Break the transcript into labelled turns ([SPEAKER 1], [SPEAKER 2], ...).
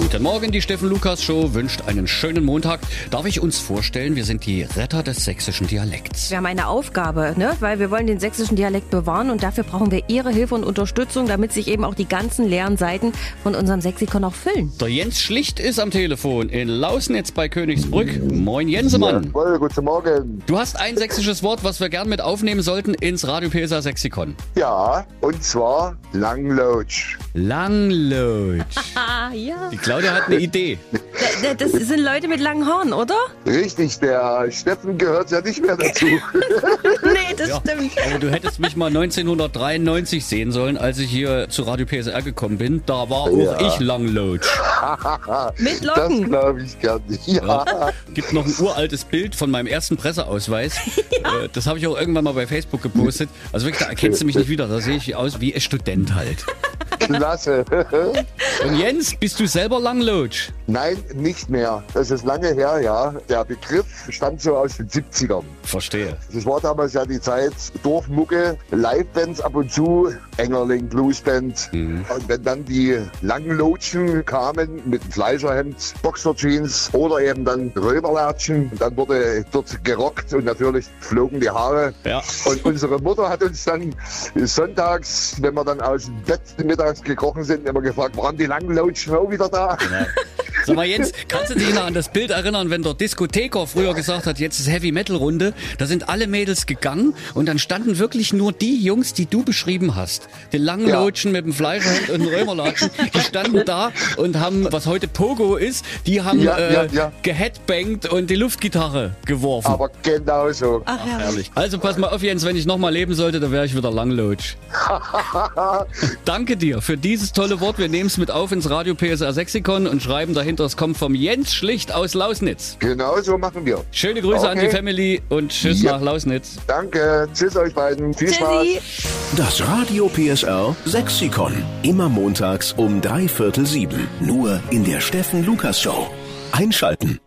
[SPEAKER 1] Guten Morgen, die Steffen Lukas Show wünscht einen schönen Montag. Darf ich uns vorstellen, wir sind die Retter des sächsischen Dialekts.
[SPEAKER 2] Wir haben eine Aufgabe, ne? weil wir wollen den sächsischen Dialekt bewahren und dafür brauchen wir Ihre Hilfe und Unterstützung, damit sich eben auch die ganzen leeren Seiten von unserem Sexikon auch füllen.
[SPEAKER 1] Der Jens Schlicht ist am Telefon in Lausnitz bei Königsbrück. Moin Jensemann.
[SPEAKER 3] Jawohl, guten Morgen.
[SPEAKER 1] Du hast ein sächsisches Wort, was wir gern mit aufnehmen sollten ins Radio PSR Sexikon.
[SPEAKER 3] Ja, und zwar Langlautsch.
[SPEAKER 1] Langlötsch.
[SPEAKER 2] Ah, ja.
[SPEAKER 1] Die Claudia hat eine Idee.
[SPEAKER 2] D- d- Das sind Leute mit langen Haaren, oder?
[SPEAKER 3] Richtig, der Steffen gehört ja nicht mehr dazu.
[SPEAKER 2] Nee, das
[SPEAKER 1] Ja.
[SPEAKER 2] stimmt.
[SPEAKER 1] Aber du hättest mich mal 1993 sehen sollen, als ich hier zu Radio PSR gekommen bin. Da war auch
[SPEAKER 3] Ja.
[SPEAKER 1] ich Langlötsch.
[SPEAKER 2] Mit
[SPEAKER 3] das
[SPEAKER 2] Locken.
[SPEAKER 3] glaube ich gar nicht. Ja,
[SPEAKER 1] gibt noch ein uraltes Bild von meinem ersten Presseausweis. Äh, Das habe ich auch irgendwann mal bei Facebook gepostet. Also wirklich, da erkennst du mich nicht wieder. Da sehe ich aus wie ein Student halt.
[SPEAKER 3] klasse.
[SPEAKER 1] Und Jens, bist du selber Langlotsch?
[SPEAKER 3] Nein, nicht mehr. Das ist lange her, ja. Der Begriff stammt so aus den 70ern.
[SPEAKER 1] Verstehe.
[SPEAKER 3] Das war damals ja die Zeit Dorfmucke, Livebands ab und zu, Engerling Bluesband.
[SPEAKER 1] Mhm.
[SPEAKER 3] Und wenn dann die Langlotschen kamen mit einem Fleischerhemd, Boxerjeans oder eben dann Römerlatschen, dann wurde dort gerockt und natürlich flogen die Haare.
[SPEAKER 1] Ja.
[SPEAKER 3] Und unsere Mutter hat uns dann sonntags, wenn wir dann aus dem Bett mittags gekrochen sind, immer gefragt, waren die Langlautschen auch wieder da?
[SPEAKER 1] Genau. Sag mal, Jens, kannst du dich noch an das Bild erinnern, wenn der Diskotheker früher gesagt hat, jetzt ist Heavy-Metal-Runde, da sind alle Mädels gegangen und dann standen wirklich nur die Jungs, die du beschrieben hast. Die langen
[SPEAKER 3] Ja.
[SPEAKER 1] Lotschen mit dem Fleischerhemd und dem Römerlatschen, die standen da und haben, was heute Pogo ist, die haben
[SPEAKER 3] Ja,
[SPEAKER 1] äh,
[SPEAKER 3] ja, ja.
[SPEAKER 1] geheadbangt und die Luftgitarre geworfen.
[SPEAKER 3] Aber genau so.
[SPEAKER 2] Ach, ja.
[SPEAKER 1] Herrlich. Also pass mal auf, Jens, wenn ich nochmal leben sollte, dann wäre ich wieder Langlotsch. Danke dir für dieses tolle Wort. Wir nehmen es mit auf ins Radio PSR Sexikon und schreiben dahinter, es kommt vom Jens Schlicht aus Lausnitz.
[SPEAKER 3] Genau so machen wir.
[SPEAKER 1] Schöne Grüße an
[SPEAKER 3] Okay.
[SPEAKER 1] die Family und Tschüss
[SPEAKER 3] Ja.
[SPEAKER 1] nach Lausnitz.
[SPEAKER 3] Danke. Tschüss euch beiden. Viel Spaß.
[SPEAKER 2] Tschüssi.
[SPEAKER 4] Das Radio PSR Sexikon. Immer montags um drei Viertel sieben. Nur in der Steffen Lukas Show. Einschalten.